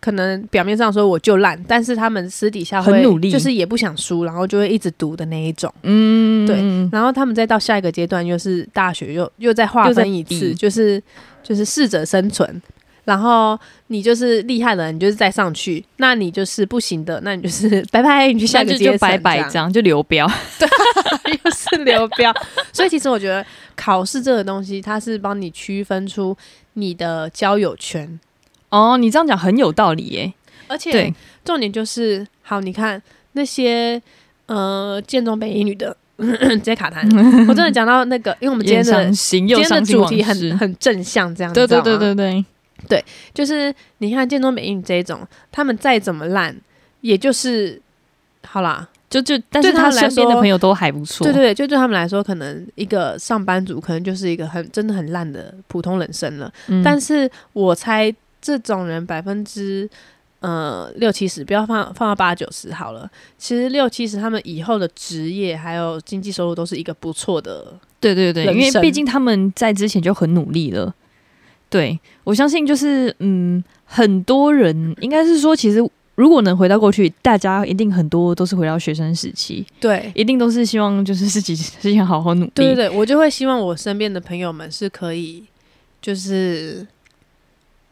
[SPEAKER 1] 可能表面上说我就烂，但是他们私底下会
[SPEAKER 2] 很努力
[SPEAKER 1] 就是也不想输，然后就会一直读的那一种。
[SPEAKER 2] 嗯，
[SPEAKER 1] 对
[SPEAKER 2] 嗯
[SPEAKER 1] 然后他们再到下一个阶段，又是大学又又再划
[SPEAKER 2] 又在
[SPEAKER 1] 分一次，
[SPEAKER 2] 比
[SPEAKER 1] 就是就是适者生存。然后你就是厉害的人，你就是再上去；那你就是不行的，那你就是拜拜，你去下
[SPEAKER 2] 那
[SPEAKER 1] 一个
[SPEAKER 2] 就
[SPEAKER 1] 阶
[SPEAKER 2] 就
[SPEAKER 1] 层
[SPEAKER 2] 拜拜
[SPEAKER 1] 这
[SPEAKER 2] 这
[SPEAKER 1] 样，
[SPEAKER 2] 样就流标，
[SPEAKER 1] 又 是流标。所以其实我觉得考试这个东西，它是帮你区分出你的交友圈，
[SPEAKER 2] 哦，你这样讲很有道理耶，
[SPEAKER 1] 而且
[SPEAKER 2] 对，
[SPEAKER 1] 重点就是，好，你看那些呃建中北一女的 直接卡 痰，我真的讲到那个，因为我们今
[SPEAKER 2] 又
[SPEAKER 1] 天的
[SPEAKER 2] 伤心
[SPEAKER 1] 今
[SPEAKER 2] 又
[SPEAKER 1] 天的
[SPEAKER 2] 伤心
[SPEAKER 1] 主
[SPEAKER 2] 往
[SPEAKER 1] 题
[SPEAKER 2] 事
[SPEAKER 1] 很，很啊正向，这样
[SPEAKER 2] 对对对，
[SPEAKER 1] 你知道吗
[SPEAKER 2] 对对，
[SPEAKER 1] 就是你看建中北一女这一种，他们再怎么烂，也就是好啦，
[SPEAKER 2] 就就但是
[SPEAKER 1] 对他
[SPEAKER 2] 他
[SPEAKER 1] 们来
[SPEAKER 2] 身边的
[SPEAKER 1] 说
[SPEAKER 2] 朋友都还不错，
[SPEAKER 1] 对对对，就对他们来说，可能一个上班族可能就是一个很真的很烂的普通人生了，
[SPEAKER 2] 嗯，
[SPEAKER 1] 但是我猜这种人百分之呃六七十，不要放放到八九十好了。其实六七十他们以后的职业还有经济收入都是一个不错的。
[SPEAKER 2] 对对对，
[SPEAKER 1] 人
[SPEAKER 2] 因为
[SPEAKER 1] 生
[SPEAKER 2] 毕竟他们在之前就很努力了。对我相信，就是嗯，很多人应该是说，其实如果能回到过去，大家一定很多都是回到学生时期，
[SPEAKER 1] 对
[SPEAKER 2] 一定都是希望就是自己 自己好好努力。
[SPEAKER 1] 对对对，我就会希望我身边的朋友们是可以，就是。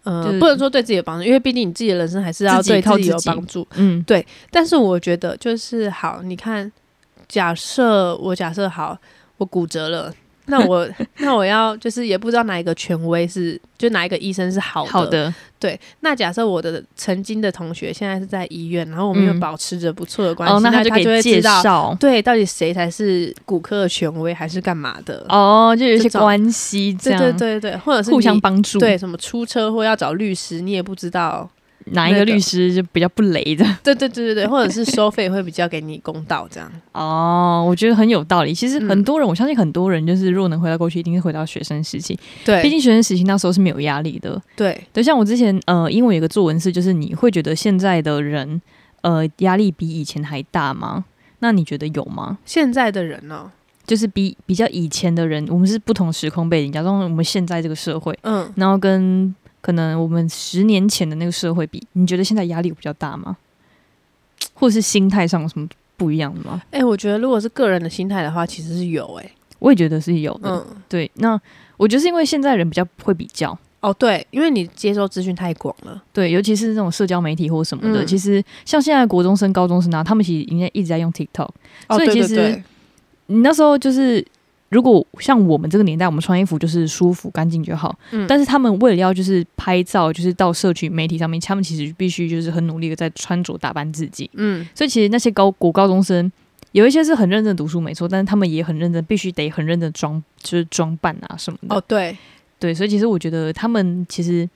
[SPEAKER 1] 呃，
[SPEAKER 2] 就是
[SPEAKER 1] 不能说对自己有帮助，因为毕竟你自己的人生还是要
[SPEAKER 2] 自己
[SPEAKER 1] 对
[SPEAKER 2] 靠
[SPEAKER 1] 自己有
[SPEAKER 2] 自己
[SPEAKER 1] 帮助。
[SPEAKER 2] 嗯，
[SPEAKER 1] 但是我觉得就是好，你看，假设我假设好，我骨折了，那 我那我要就是也不知道哪一个权威是，就哪一个医生是好的。
[SPEAKER 2] 好，的，
[SPEAKER 1] 对。那假设我的曾经的同学现在是在医院，然后我们又
[SPEAKER 2] 嗯
[SPEAKER 1] 保持着不错的关系，
[SPEAKER 2] 哦，那
[SPEAKER 1] 那
[SPEAKER 2] 就
[SPEAKER 1] 就
[SPEAKER 2] 可以
[SPEAKER 1] 会
[SPEAKER 2] 介
[SPEAKER 1] 知道，
[SPEAKER 2] 绍
[SPEAKER 1] 对，到底谁才是骨科的权威，还是干嘛的？
[SPEAKER 2] 哦，就有一些
[SPEAKER 1] 呃这种
[SPEAKER 2] 关系这
[SPEAKER 1] 对
[SPEAKER 2] 样，
[SPEAKER 1] 对对对，或者是
[SPEAKER 2] 互相
[SPEAKER 1] 你
[SPEAKER 2] 帮助。
[SPEAKER 1] 对，什么出车祸要找律师，你也不知道。
[SPEAKER 2] 哪一个
[SPEAKER 1] 那个
[SPEAKER 2] 律师就比较不雷的？
[SPEAKER 1] 对对对对对，或者是收费会比较给你公道这样。
[SPEAKER 2] 哦，我觉得很有道理。其实
[SPEAKER 1] 嗯
[SPEAKER 2] 很多人，我相信很多人就是，如果能回到过去，一定是回到学生时期。
[SPEAKER 1] 对，
[SPEAKER 2] 毕竟学生时期那时候是没有压力的。
[SPEAKER 1] 对
[SPEAKER 2] 对，像我之前呃，英文有个作文是，就是你会觉得现在的人呃压力比以前还大吗？那你觉得有吗？
[SPEAKER 1] 现在的人呢、
[SPEAKER 2] 就是比比较以前的人，我们是不同时空背景，假装我们现在这个社会，
[SPEAKER 1] 嗯，
[SPEAKER 2] 然后跟可能我们十年前的那个社会比，你觉得现在压力有比较大吗？或是心态上有什么不一样的吗？
[SPEAKER 1] 哎、我觉得如果是个人的心态的话，其实是有哎、
[SPEAKER 2] 我也觉得是有的。
[SPEAKER 1] 嗯，
[SPEAKER 2] 对，那我觉得是因为现在人比较会比较，
[SPEAKER 1] 哦对，因为你接收资讯太广了，
[SPEAKER 2] 对，尤其是那种社交媒体或什么的。
[SPEAKER 1] 嗯
[SPEAKER 2] 其实像现在国中生、高中生啊，他们其实应该一直在用 TikTok。
[SPEAKER 1] 哦
[SPEAKER 2] 所以
[SPEAKER 1] 对
[SPEAKER 2] 其
[SPEAKER 1] 对
[SPEAKER 2] 实
[SPEAKER 1] 对
[SPEAKER 2] 你那时候就是，如果像我们这个年代，我们穿衣服就是舒服、干净就好。
[SPEAKER 1] 嗯
[SPEAKER 2] 但是他们为了要就是拍照，就是到社群媒体上面，他们其实必须就是很努力的在穿着打扮自己。
[SPEAKER 1] 嗯，
[SPEAKER 2] 所以其实那些高国高中生。有一些是很认真读书没错，但是他们也很认真，必须得很认真装，就是装扮啊什么的。
[SPEAKER 1] 哦对，
[SPEAKER 2] 对，所以其实我觉得他们其实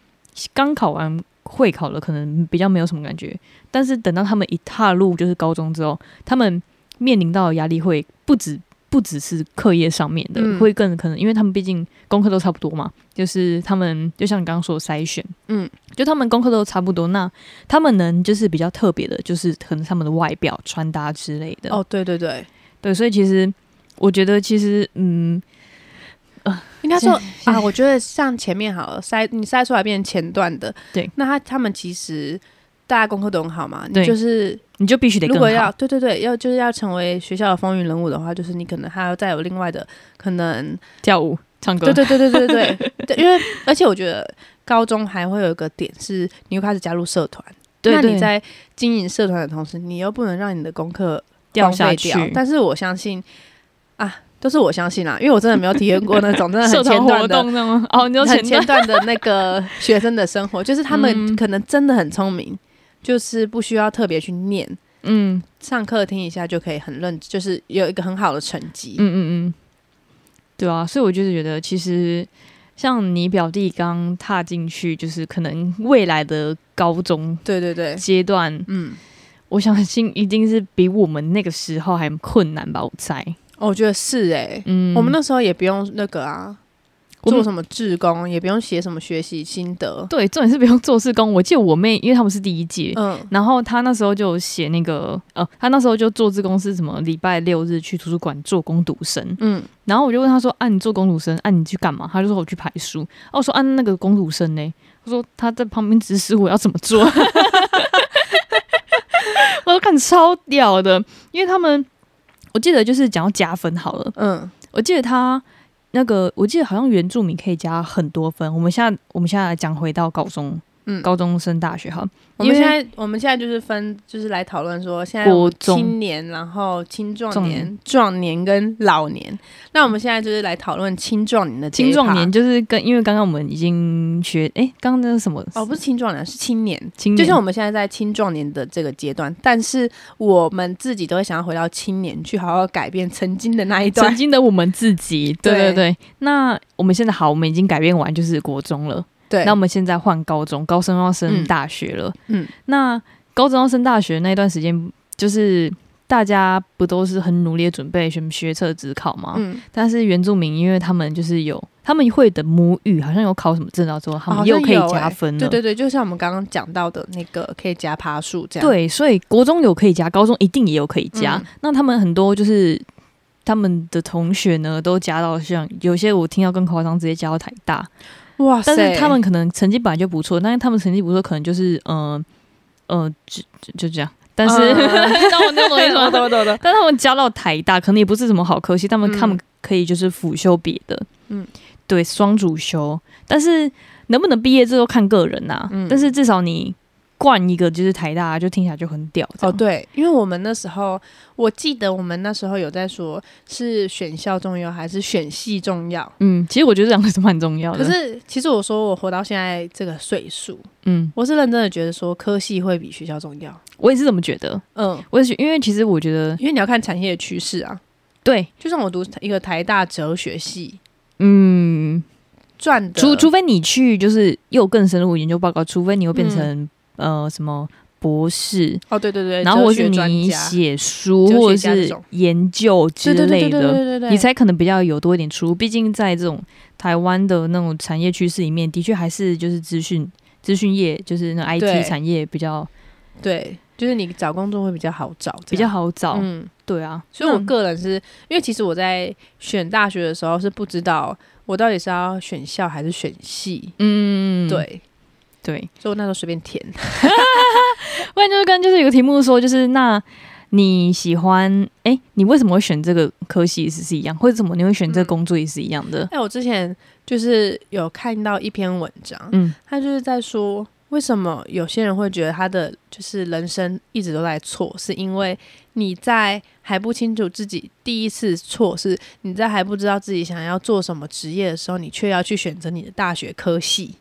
[SPEAKER 2] 刚考完会考了，可能比较没有什么感觉，但是等到他们一踏入就是高中之后，他们面临到的压力会不止不只是课业上面的，
[SPEAKER 1] 嗯
[SPEAKER 2] 会更可能，因为他们毕竟功课都差不多嘛，就是他们就像你刚刚说的筛选，
[SPEAKER 1] 嗯，
[SPEAKER 2] 就他们功课都差不多，那他们能就是比较特别的，就是可能他们的外表、穿搭之类的，
[SPEAKER 1] 哦对对对，
[SPEAKER 2] 对，所以其实我觉得其实嗯，
[SPEAKER 1] 应该说啊，我觉得像前面好了，筛你筛出来变成前段的，
[SPEAKER 2] 对，
[SPEAKER 1] 那他他们其实大家功课都很好嘛，
[SPEAKER 2] 对
[SPEAKER 1] 你就是
[SPEAKER 2] 你就必须得
[SPEAKER 1] 如
[SPEAKER 2] 更
[SPEAKER 1] 果
[SPEAKER 2] 好
[SPEAKER 1] 要。对对对，要就是要成为学校的风云人物的话，就是你可能还要再有另外的可能
[SPEAKER 2] 跳舞、唱歌，
[SPEAKER 1] 对对对对对对对，因为而且我觉得高中还会有一个点是，你会开始加入社团。
[SPEAKER 2] 对
[SPEAKER 1] 那
[SPEAKER 2] 对
[SPEAKER 1] 你在经营社团的同时，你又不能让你的功课
[SPEAKER 2] 掉
[SPEAKER 1] 荒
[SPEAKER 2] 下
[SPEAKER 1] 废
[SPEAKER 2] 去。
[SPEAKER 1] 掉。但是我相信啊，都是我相信啦，因为我真的没有体验过那种真的
[SPEAKER 2] 社
[SPEAKER 1] 很
[SPEAKER 2] 团
[SPEAKER 1] 前
[SPEAKER 2] 活
[SPEAKER 1] 段的。
[SPEAKER 2] 动那吗？哦，你说前
[SPEAKER 1] 很前
[SPEAKER 2] 段
[SPEAKER 1] 段的那个学生的生活，就是他
[SPEAKER 2] 嗯
[SPEAKER 1] 们可能真的很聪明，就是不需要特别去念，
[SPEAKER 2] 嗯
[SPEAKER 1] 上课听一下就可以很认，就是有一个很好的成绩
[SPEAKER 2] 嗯。嗯嗯，对啊，所以我就是觉得，其实像你表弟刚踏进去，就是可能未来的高中
[SPEAKER 1] 对对对，
[SPEAKER 2] 阶段，
[SPEAKER 1] 嗯，
[SPEAKER 2] 我相信一定是比我们那个时候还困难吧，我猜。
[SPEAKER 1] 哦我觉得是哎、
[SPEAKER 2] 嗯，
[SPEAKER 1] 我们那时候也不用那个啊，
[SPEAKER 2] 我们
[SPEAKER 1] 做什么志工，也不用写什么学习心得。
[SPEAKER 2] 对重点是不用做志工。我记得我妹，因为他们是第一届。
[SPEAKER 1] 嗯，
[SPEAKER 2] 然后她那时候就有写那个，呃，她那时候就做志工是什么礼拜六日去图书馆做工读生，
[SPEAKER 1] 嗯，
[SPEAKER 2] 然后我就问他说：“啊，你做工读生，啊，你去干嘛？”他就说：“我去排书。”啊，我说：“啊，那个工读生呢？”他说：“他在旁边指使我要怎么做。” 我看超屌的，因为他们，我记得就是讲要加分好了，
[SPEAKER 1] 嗯，
[SPEAKER 2] 我记得他那个，我记得好像原住民可以加很多分。我们现在我们现在来讲回到高中，
[SPEAKER 1] 嗯
[SPEAKER 2] 高中升大学哈，
[SPEAKER 1] 我们
[SPEAKER 2] 因为
[SPEAKER 1] 现在我们现在就是分，就是来讨论说现在
[SPEAKER 2] 国
[SPEAKER 1] 我们
[SPEAKER 2] 中
[SPEAKER 1] 青年，然后青壮
[SPEAKER 2] 壮
[SPEAKER 1] 年、壮年跟老年。那我们现在就是来讨论青壮年的这一
[SPEAKER 2] 青壮年
[SPEAKER 1] 趴
[SPEAKER 2] 就是跟因为刚刚我们已经学，诶，刚刚那是什么？
[SPEAKER 1] 哦，不是青壮年，是青年。
[SPEAKER 2] 青
[SPEAKER 1] 就
[SPEAKER 2] 年
[SPEAKER 1] 是我们现在在青壮年的这个阶段，但是我们自己都会想要回到青年，去好好改变曾经的那一段
[SPEAKER 2] 曾。经的我们自己，对对
[SPEAKER 1] 对
[SPEAKER 2] 对。那我们现在好，我们已经改变完就是国中了，
[SPEAKER 1] 对，
[SPEAKER 2] 那我们现在换高中，高中要升
[SPEAKER 1] 嗯
[SPEAKER 2] 大学了。
[SPEAKER 1] 嗯，
[SPEAKER 2] 那高中要升大学那一段时间，就是大家不都是很努力地准备什么学测、职考吗？
[SPEAKER 1] 嗯，
[SPEAKER 2] 但是原住民，因为他们就是有他们会的母语，好像有考什么证照之后，他们
[SPEAKER 1] 好
[SPEAKER 2] 又
[SPEAKER 1] 像
[SPEAKER 2] 可以
[SPEAKER 1] 有
[SPEAKER 2] 加
[SPEAKER 1] 欸
[SPEAKER 2] 分了。
[SPEAKER 1] 对对对，就像我们刚刚讲到的那个可以加爬树这样。
[SPEAKER 2] 对，所以国中有可以加，高中一定也有可以加。
[SPEAKER 1] 嗯
[SPEAKER 2] 那他们很多就是他们的同学呢，都加到像有些我听到更夸张，直接加到台大。
[SPEAKER 1] 哇塞，
[SPEAKER 2] 但是他们可能成绩本来就不错，但是他们成绩不错，可能就是嗯、呃呃，就就就这样。但是，
[SPEAKER 1] 啊
[SPEAKER 2] 但我 那种意思
[SPEAKER 1] 我
[SPEAKER 2] 吗？
[SPEAKER 1] 懂我懂我懂。
[SPEAKER 2] 但他们加到台大，可能也不是什么好科系，他们、
[SPEAKER 1] 嗯
[SPEAKER 2] 他们可以就是辅修别的，
[SPEAKER 1] 嗯
[SPEAKER 2] 嗯，对，双主修。但是能不能毕业，这都看个人呐、啊
[SPEAKER 1] 嗯
[SPEAKER 2] 但是至少你冠一个就是台大，就听起来就很屌。
[SPEAKER 1] 哦，
[SPEAKER 2] 这样，
[SPEAKER 1] 对，因为我们那时候，我记得我们那时候有在说，是选校重要还是选系重要？
[SPEAKER 2] 嗯，其实我觉得这两个是蛮重要的。
[SPEAKER 1] 可，是，其实我说我活到现在这个岁数，
[SPEAKER 2] 嗯，
[SPEAKER 1] 我是认真的觉得说科系会比学校重要。
[SPEAKER 2] 我也是这么觉得。
[SPEAKER 1] 嗯，
[SPEAKER 2] 我也是因为其实我觉得，
[SPEAKER 1] 因为你要看产业的趋势啊。
[SPEAKER 2] 对，
[SPEAKER 1] 就像我读一个台大哲学系，
[SPEAKER 2] 嗯，
[SPEAKER 1] 赚的
[SPEAKER 2] 除除非你去就是又更深入研究报告，除非你又变成、呃什么博士，
[SPEAKER 1] 哦，对对对，
[SPEAKER 2] 然后
[SPEAKER 1] 哲
[SPEAKER 2] 或
[SPEAKER 1] 学
[SPEAKER 2] 是
[SPEAKER 1] 专
[SPEAKER 2] 你
[SPEAKER 1] 家
[SPEAKER 2] 写书
[SPEAKER 1] 哲学
[SPEAKER 2] 或者
[SPEAKER 1] 家这
[SPEAKER 2] 是
[SPEAKER 1] 种
[SPEAKER 2] 研究之
[SPEAKER 1] 对对对
[SPEAKER 2] 类
[SPEAKER 1] 对对
[SPEAKER 2] 的，
[SPEAKER 1] 对对对，
[SPEAKER 2] 你才可能比较有多一点出入。毕竟在这种台湾的那种产业趋势里面，的确还是就是资讯资讯业，就是那
[SPEAKER 1] 对
[SPEAKER 2] IT 产业比较
[SPEAKER 1] 对，就是你找工作会比较好找，
[SPEAKER 2] 比较好
[SPEAKER 1] 这样。
[SPEAKER 2] 找
[SPEAKER 1] 啊嗯，
[SPEAKER 2] 对啊，
[SPEAKER 1] 所以我
[SPEAKER 2] 那
[SPEAKER 1] 个人是因为其实我在选大学的时候是不知道我到底是要选校还是选系，
[SPEAKER 2] 嗯
[SPEAKER 1] 对，
[SPEAKER 2] 对，
[SPEAKER 1] 所以我那时候随便填。
[SPEAKER 2] 不然就是跟就是有个题目说，就是那你喜欢哎、你为什么会选这个科系也是一样，或者怎么你会选这个
[SPEAKER 1] 嗯
[SPEAKER 2] 工作也是一样的？
[SPEAKER 1] 哎，我之前就是有看到一篇文章，
[SPEAKER 2] 嗯
[SPEAKER 1] 他就是在说，为什么有些人会觉得他的就是人生一直都在错，是因为你在还不清楚自己第一次错是你在还不知道自己想要做什么职业的时候，你却要去选择你的大学科系，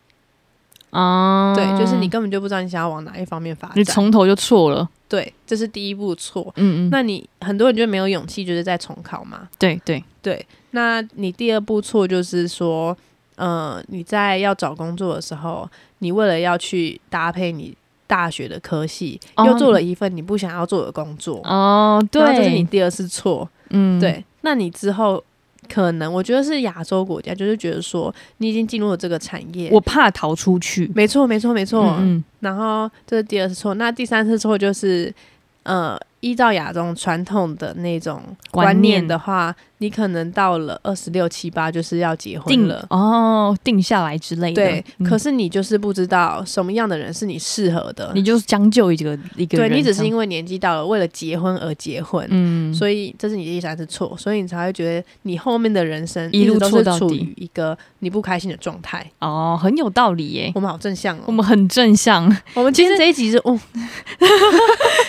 [SPEAKER 2] 啊，
[SPEAKER 1] 对，就是你根本就不知道你想要往哪一方面发
[SPEAKER 2] 你
[SPEAKER 1] 展，
[SPEAKER 2] 从头就错了，
[SPEAKER 1] 对，这是第一步错。
[SPEAKER 2] 嗯嗯，
[SPEAKER 1] 那你很多人就没有勇气，就是在重考嘛，
[SPEAKER 2] 对对，
[SPEAKER 1] 对，那你第二步错就是说，呃，你在要找工作的时候，你为了要去搭配你大学的科系，
[SPEAKER 2] 哦
[SPEAKER 1] 又做了一份你不想要做的工作，
[SPEAKER 2] 哦，
[SPEAKER 1] 然啊后这是你
[SPEAKER 2] 对，
[SPEAKER 1] 第二次错。
[SPEAKER 2] 嗯，
[SPEAKER 1] 对，那你之后可能我觉得是亚洲国家，就是觉得说你已经进入了这个产业，
[SPEAKER 2] 我怕逃出去，
[SPEAKER 1] 没错，没错，没错。
[SPEAKER 2] 嗯
[SPEAKER 1] 然后这是第二次错，那第三次错就是，呃，依照亚洲传统的那种
[SPEAKER 2] 观
[SPEAKER 1] 观念
[SPEAKER 2] 念
[SPEAKER 1] 的话，你可能到了二十六七八就是要结
[SPEAKER 2] 嗯定
[SPEAKER 1] 婚了，
[SPEAKER 2] 哦，定下来之类的，
[SPEAKER 1] 对。
[SPEAKER 2] 嗯
[SPEAKER 1] 可是你就是不知道什么样的人是你适合的，
[SPEAKER 2] 你就是将就一个一个
[SPEAKER 1] 对
[SPEAKER 2] 人，
[SPEAKER 1] 你只是
[SPEAKER 2] 为
[SPEAKER 1] 因为年纪到了，为了结婚而结婚。
[SPEAKER 2] 嗯，
[SPEAKER 1] 所以这是你的第三次错，所以你才会觉得你后面的人生
[SPEAKER 2] 一路
[SPEAKER 1] 直都
[SPEAKER 2] 错
[SPEAKER 1] 是
[SPEAKER 2] 到
[SPEAKER 1] 处
[SPEAKER 2] 底
[SPEAKER 1] 于一个你不开心的状态。
[SPEAKER 2] 哦，很有道理耶。
[SPEAKER 1] 我们好正向哦，
[SPEAKER 2] 我们很正向，
[SPEAKER 1] 我们今天这一集是哦，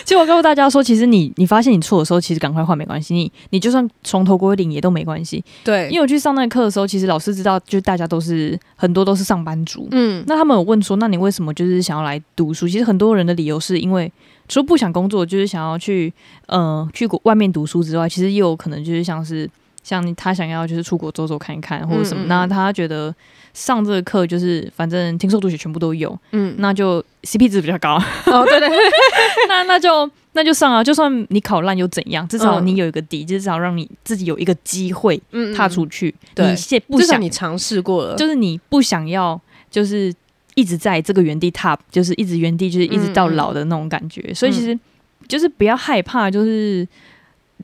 [SPEAKER 2] 其实我告诉大家说，其实你你发现你错的时候，其实赶快换没关系，你你就算从头归零也都没关系。
[SPEAKER 1] 对，
[SPEAKER 2] 因为我去上那个课的时候，其实老师知道，就是大家都是很多都是上班族，
[SPEAKER 1] 嗯
[SPEAKER 2] 那他们有问说，那你为什么就是想要来读书？其实很多人的理由是因为除了不想工作，就是想要去呃去国外面读书之外，其实也有可能就是像是像他想要就是出国走走看一看或者什么。
[SPEAKER 1] 嗯嗯
[SPEAKER 2] 那他觉得上这个课就是反正听说读写全部都有，
[SPEAKER 1] 嗯，
[SPEAKER 2] 那就 CP 值比较 高，
[SPEAKER 1] 哦对对
[SPEAKER 2] 那那就那就上啊。就算你考烂又怎样？至少
[SPEAKER 1] 嗯
[SPEAKER 2] 你有一个底，至少让你自己有一个机会
[SPEAKER 1] 嗯
[SPEAKER 2] 踏出去。
[SPEAKER 1] 对
[SPEAKER 2] 你现不
[SPEAKER 1] 至少
[SPEAKER 2] 想
[SPEAKER 1] 你尝试过了，
[SPEAKER 2] 就是你不想要，就是一直在这个原地踏，就是一直原地，就是一直到老的那种感觉。
[SPEAKER 1] 嗯
[SPEAKER 2] 所以其实就是不要害怕，就是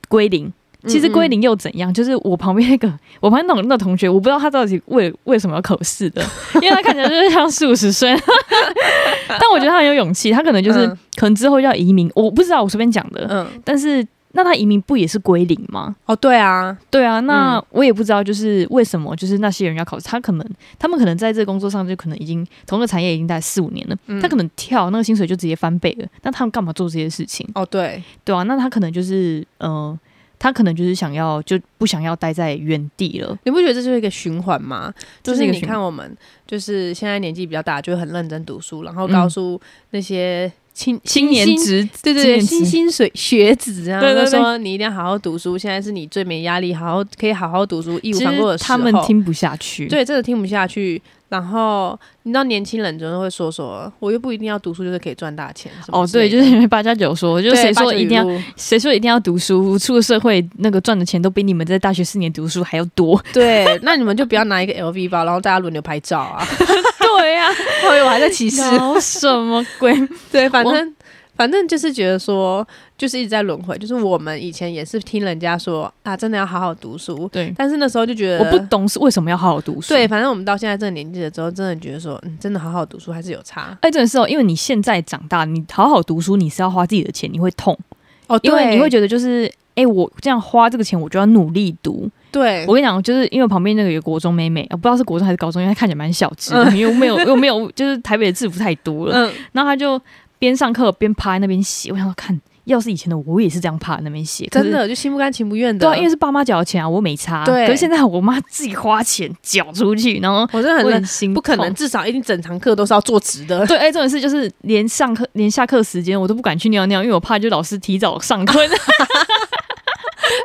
[SPEAKER 2] 归零。
[SPEAKER 1] 嗯
[SPEAKER 2] 其实归零又怎样？就是我旁边那个， 我旁边那种那同学，我不知道他到底为为什么要考 试的，因为他看起来就是像四五十岁， 但我觉得他很有勇气，他可能就是、
[SPEAKER 1] 嗯
[SPEAKER 2] 可能之后要移民，我不知道，我随便讲的。
[SPEAKER 1] 嗯，嗯，
[SPEAKER 2] 但是那他移民不也是归零吗？
[SPEAKER 1] 哦，对啊，
[SPEAKER 2] 对啊，那我也不知道，就是为什么，就是那些人要考试，他可能他们可能在这个工作上就可能已经同一个产业已经待四五年了，
[SPEAKER 1] 嗯
[SPEAKER 2] 他可能跳那个薪水就直接翻倍了，那他们干嘛做这些事情？
[SPEAKER 1] 哦，对，
[SPEAKER 2] 对啊，那他可能就是呃，他可能就是想要就不想要待在原地了，
[SPEAKER 1] 你不觉得这就是一个循环吗？
[SPEAKER 2] 这
[SPEAKER 1] 就是是
[SPEAKER 2] 一个
[SPEAKER 1] 你
[SPEAKER 2] 循环
[SPEAKER 1] 看我们，就是现在年纪比较大，就会很认真读书，然后告诉那些青
[SPEAKER 2] 嗯青年
[SPEAKER 1] 新
[SPEAKER 2] 职
[SPEAKER 1] 对对
[SPEAKER 2] 青
[SPEAKER 1] 对，
[SPEAKER 2] 年子
[SPEAKER 1] 新薪水学子啊，
[SPEAKER 2] 对对
[SPEAKER 1] 就
[SPEAKER 2] 对
[SPEAKER 1] 说你一定要好好读书，现在是你最没压力，好好可以好好读书，义无
[SPEAKER 2] 其
[SPEAKER 1] 反顾的
[SPEAKER 2] 实
[SPEAKER 1] 时候。
[SPEAKER 2] 他们听不下去，，
[SPEAKER 1] 对，真的听不下去。然后你知道年轻人总是会说说，我又不一定要读书，就是可以赚大钱。什么
[SPEAKER 2] 哦
[SPEAKER 1] 之
[SPEAKER 2] 对，
[SPEAKER 1] 类的
[SPEAKER 2] 就是因为八加九说，就是
[SPEAKER 1] 对
[SPEAKER 2] 谁
[SPEAKER 1] 八
[SPEAKER 2] 说
[SPEAKER 1] 九
[SPEAKER 2] 一定要
[SPEAKER 1] 语录
[SPEAKER 2] 谁说一定要读书，出了社会那个赚的钱都比你们在大学四年读书还要 多，
[SPEAKER 1] 对，那你们就不要拿一个 LV 包，然后大家轮流拍照 啊。
[SPEAKER 2] 对呀、啊，
[SPEAKER 1] 哎后面我还在歧视。
[SPEAKER 2] 搞什么鬼？
[SPEAKER 1] 对，反
[SPEAKER 2] 我
[SPEAKER 1] 正反正就是觉得说，就是一直在轮回。就是我们以前也是听人家说啊，真的要好好读书，
[SPEAKER 2] 对，
[SPEAKER 1] 但是那时候就觉得
[SPEAKER 2] 我不懂是为什么要好好读书。
[SPEAKER 1] 对，反正我们到现在这个年纪了之后，真的觉得说，嗯，真的好好读书还是有差。
[SPEAKER 2] 哎，真的是哦，因为你现在长大，你好好读书，你是要花自己的钱，你会痛，
[SPEAKER 1] 哦，
[SPEAKER 2] 因为
[SPEAKER 1] 对
[SPEAKER 2] 你会觉得就是，哎、我这样花这个钱，我就要努力读。
[SPEAKER 1] 对
[SPEAKER 2] 我跟你讲，就是因为旁边那个有国中妹妹，呃不知道是国中还是高中，因为她看起来蛮小只的，因为 没有又没有，就是台北的制服太多了，
[SPEAKER 1] 嗯，
[SPEAKER 2] 然后她就边上课边趴在那边写。我想说看，要是以前的我，我也是这样趴在那边写，可
[SPEAKER 1] 真
[SPEAKER 2] 是
[SPEAKER 1] 的就心不甘情不愿的，
[SPEAKER 2] 对啊，因为是爸妈缴的钱啊，我没差。
[SPEAKER 1] 对
[SPEAKER 2] 可是现在我妈自己花钱缴出去，然后
[SPEAKER 1] 我真的
[SPEAKER 2] 我
[SPEAKER 1] 很
[SPEAKER 2] 很
[SPEAKER 1] 认，
[SPEAKER 2] 心
[SPEAKER 1] 不可能，
[SPEAKER 2] 痛。
[SPEAKER 1] 至少一定整堂课都是要坐直 的。
[SPEAKER 2] 对，哎、这种事就是连上课、连下课时间我都不敢去尿尿，因为我怕就老师提早上课。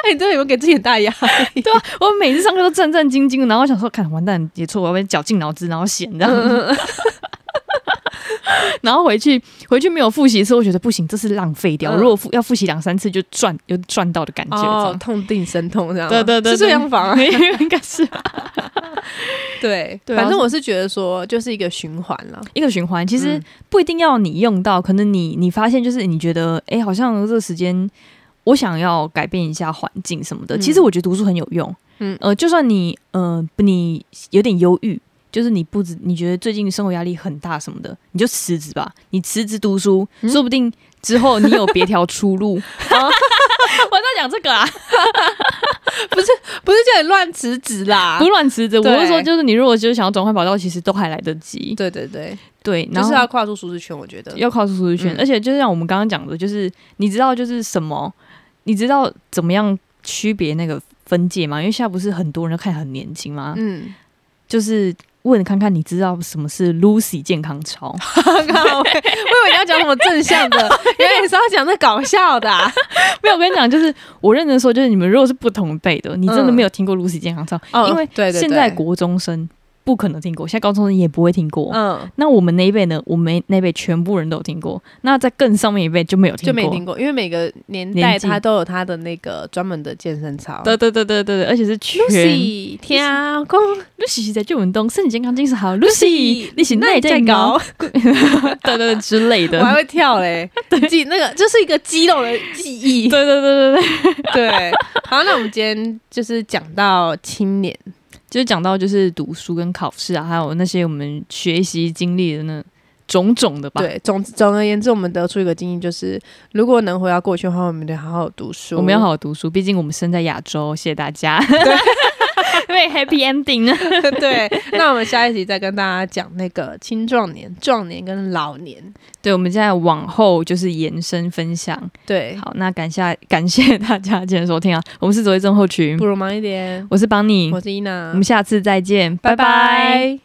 [SPEAKER 1] 哎，你真的有没有给自己很大压力？
[SPEAKER 2] 对啊，我每次上课都战战兢兢，然后想说，看完蛋，也错，我要被绞尽脑汁，然后写这样子。 然后回去回去没有复习的时候，我觉得不行，这是浪费掉。
[SPEAKER 1] 嗯
[SPEAKER 2] 如果复要复习两三次，就赚有赚到的感 觉。这
[SPEAKER 1] 哦
[SPEAKER 2] 样，
[SPEAKER 1] 痛定思痛这样吗，啊
[SPEAKER 2] 对对对
[SPEAKER 1] 是这样 房
[SPEAKER 2] 应该是
[SPEAKER 1] 对，
[SPEAKER 2] 对啊
[SPEAKER 1] 反正我是觉得说，就是一个循环了。
[SPEAKER 2] 一个循环。其实
[SPEAKER 1] 嗯
[SPEAKER 2] 不一定要你用到，可能你你发现就是你觉得，哎、好像这个时间我想要改变一下环境什么的。
[SPEAKER 1] 嗯
[SPEAKER 2] 其实我觉得读书很有用。
[SPEAKER 1] 嗯
[SPEAKER 2] 呃，就算你呃你有点忧郁，就是你不知你觉得最近生活压力很大什么的，你就辞职吧。你辞职读书，
[SPEAKER 1] 嗯
[SPEAKER 2] 说不定之后你有别条出 路。啊我在讲这个啊，
[SPEAKER 1] 不是叫你乱辞职啦
[SPEAKER 2] 不，乱辞职。我
[SPEAKER 1] 啊对
[SPEAKER 2] 是说，就是你如果就是想要转换跑道，其实都还来得及。
[SPEAKER 1] 对对对，
[SPEAKER 2] 对，
[SPEAKER 1] 就
[SPEAKER 2] 然后
[SPEAKER 1] 是要跨出舒适圈，我觉得。
[SPEAKER 2] 要靠出舒适圈，
[SPEAKER 1] 嗯
[SPEAKER 2] 而且就像我们刚刚讲的，就是你知道就是什么，你知道怎么样区别那个分界吗？因为现在不是很多人都看起来很年轻吗？
[SPEAKER 1] 嗯，
[SPEAKER 2] 就是问看看你知道什么是 Lucy 健康操，
[SPEAKER 1] 刚刚我我以为你要讲什么正向 的，原来你是要讲那搞笑的啊。
[SPEAKER 2] 没有？我跟你讲，就是我认真说，就是你们如果是不同辈的，你真的没有听过 Lucy 健康操，
[SPEAKER 1] 嗯哦
[SPEAKER 2] 因为
[SPEAKER 1] 对对对
[SPEAKER 2] 现在国中生不可能听过，现在高中生也不会听过。
[SPEAKER 1] 嗯，
[SPEAKER 2] 那我们那一辈呢？我们那一辈全部人都有听过，那在更上面一辈就没有听
[SPEAKER 1] 就
[SPEAKER 2] 过，
[SPEAKER 1] 没听过，因为每个年代
[SPEAKER 2] 年纪
[SPEAKER 1] 它都有它的那个专门的健身操。
[SPEAKER 2] 对对对对对对，而且是全
[SPEAKER 1] Lucy 天啊公
[SPEAKER 2] Lucy 是在做运动，身体健康，精神好。Lucy，你是耐在
[SPEAKER 1] 哦
[SPEAKER 2] 高，， 对对对之类的
[SPEAKER 1] 我。还会跳 嘞，记那个就是一个肌肉的记忆
[SPEAKER 2] 对。对对对对，
[SPEAKER 1] 对，好，那我们今天就是讲到青年，
[SPEAKER 2] 就是讲到就是读书跟考试啊，还有那些我们学习经历的那种种的吧。，
[SPEAKER 1] 对，总总而言之，我们得出一个经验，就是如果能回到过去的话，我们得好好读书，
[SPEAKER 2] 我们要好好读书，毕竟我们身在亚洲。谢谢大家。 因为 Happy Ending 呢？
[SPEAKER 1] 对，那我们下一集再跟大家讲那个青壮年、壮年跟老年。
[SPEAKER 2] 对，我们现在往后就是延伸分享。
[SPEAKER 1] 对，
[SPEAKER 2] 好，那感谢感谢大家今天的收听啊，我们是昨夜症候群
[SPEAKER 1] 不，如忙一点。
[SPEAKER 2] 嗯我是邦尼，
[SPEAKER 1] 我是伊娜
[SPEAKER 2] 我，们下次再见，拜拜
[SPEAKER 1] 拜